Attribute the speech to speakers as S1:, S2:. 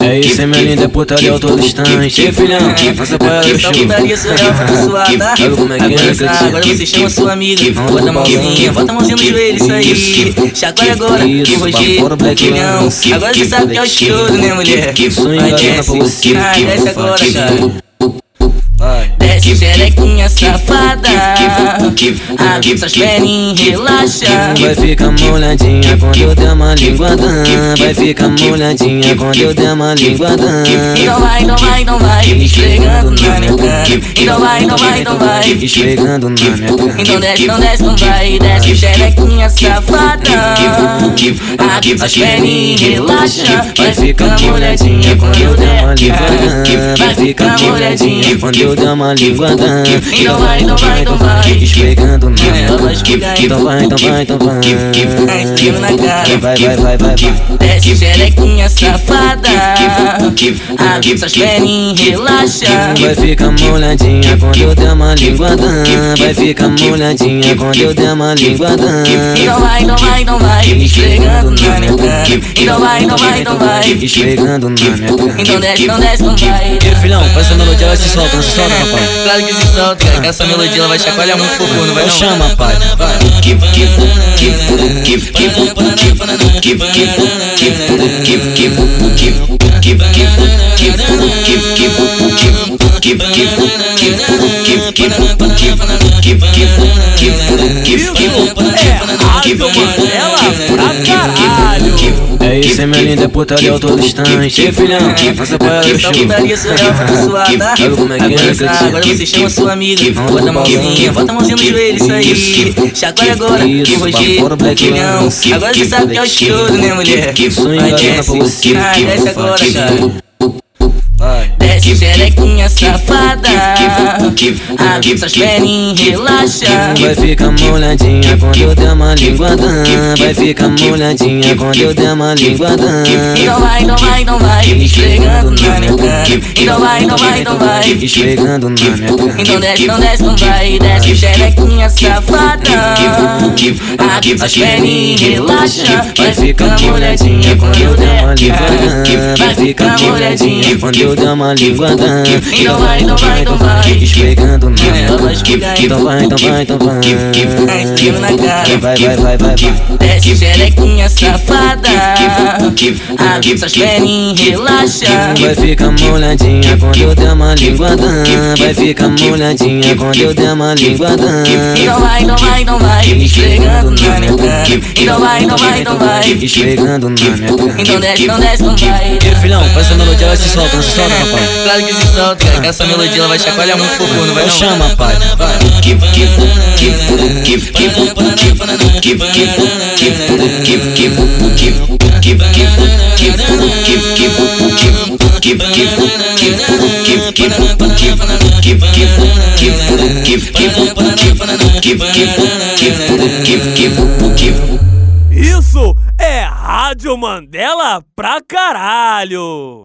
S1: É isso, hein, minha linda putaria, eu tô distante Filhão, essa parada
S2: Essa putaria sua suada
S1: Sabe como é que é,
S2: Tá, Agora você chama sua amiga Bota a mãozinha, bota a mãozinha no joelho, isso aí Chacoalha agora,
S1: Isso, pra fora,
S2: roger,
S1: Black
S2: filhão Agora você sabe que é o estudo, né, mulher? Vai, desce, vai, Ah, desce agora, chora Desce xerequinha É safada Abre suas perninhas, relaxa
S1: Vai ficar molhadinha quando eu der uma linguadã Vai ficar molhadinha quando eu der uma linguadã
S2: Então vai, então vai, então vai Esfregando na minha cara Então vai, então vai, então vai
S1: Esfregando na minha cara
S2: Então desce, então desce, não vai Desce xerequinha safada Abre suas perninhas, relaxa
S1: Vai ficar molhadinha quando eu der uma linguadã Vai ficar molhadinha quando eu der uma linguadã
S2: Então vai, então vai, então vai.
S1: Esfregando na minha
S2: Ela
S1: cara
S2: vai esfregar,
S1: Então vai, então vai, então vai
S2: Vai, esfrega na
S1: Vai,
S2: cara.
S1: vai, vai, vai, vai
S2: Desce xerequinha safada
S1: Ah,
S2: Abre suas perninhas, relaxa
S1: Vai ficar molhadinha quando eu der uma linguadã Vai ficar molhadinha quando eu der uma linguadã
S2: Então vai, então vai, então vai Esfregando na minha cara Então vai, então vai, então vai
S1: Esfregando na minha cara
S2: Então desce, então desce, não vai
S3: E aí, filhão, faz essa melodia, ela se solta, não se solta, rapaz.
S2: Claro que se solta, cara, que essa melodia ela vai chacoalhar muito pro corno, vai
S3: Então
S2: não?
S3: chama, rapaz. Vai.
S1: É isso, hein, minha linda putaria, eu tô distante Ei, filhão, essa parada eu
S2: Essa
S1: chupo
S2: putaria sua suada
S1: Sabe como é que é,
S2: Agora, tá, agora você chama sua amiga Bota a mãozinha, bota a mãozinha no joelho, isso aí Chacoalha agora,
S1: Isso, pra fora,
S2: roger,
S1: Black
S2: filhão
S1: Lion.
S2: Agora você sabe que é o estudo, né, mulher?
S1: Sonho
S2: Vai,
S1: da dona
S2: desce,
S1: Paulista.
S2: ah, desce agora, chora
S3: Vai.
S2: Desce xerequinha safada Abre suas perninhas, relaxa
S1: Vai ficar molhadinha quando eu der uma linguadã Vai ficar molhadinha quando eu der uma linguadã
S2: Então vai, então vai, então vai Esfregando na minha cara Então vai, então vai, então vai
S1: Esfregando na minha cara
S2: Então desce, então desce, não vai Desce xerequinha safada Abre suas perninhas, relaxa
S1: Vai ficar molhadinha quando eu der uma linguadã Vai ficar molhadinha quando eu der uma linguadã
S2: Então vai, então vai, então vai.
S1: Esfregando na minha
S2: Ela vai
S1: cara
S2: esfregar,
S1: Então vai, então vai, então vai
S2: Vai esfregando na cara.
S1: Vai, vai, vai, vai, vai
S2: Desce xerequinha safada Abre suas perninhas, relaxa
S1: Vai ficar molhadinha quando eu der uma linguadã Vai ficar molhadinha quando eu der uma linguadã
S2: Então vai, então vai, então vai Esfregando na minha cara Então vai, então vai, então vai
S1: Esfregando na minha cara
S2: Então desce, então desce, não vai
S3: E aí, filhão, faz essa melodia, ela se solta, não se solta, rapaz.
S2: Claro que se solta, cara, que essa melodia ela vai chacoalhar muito pro corno, vai
S3: Então
S2: não?
S3: chama, rapaz. Vai.
S4: Isso é Rádio Mandela pra caralho!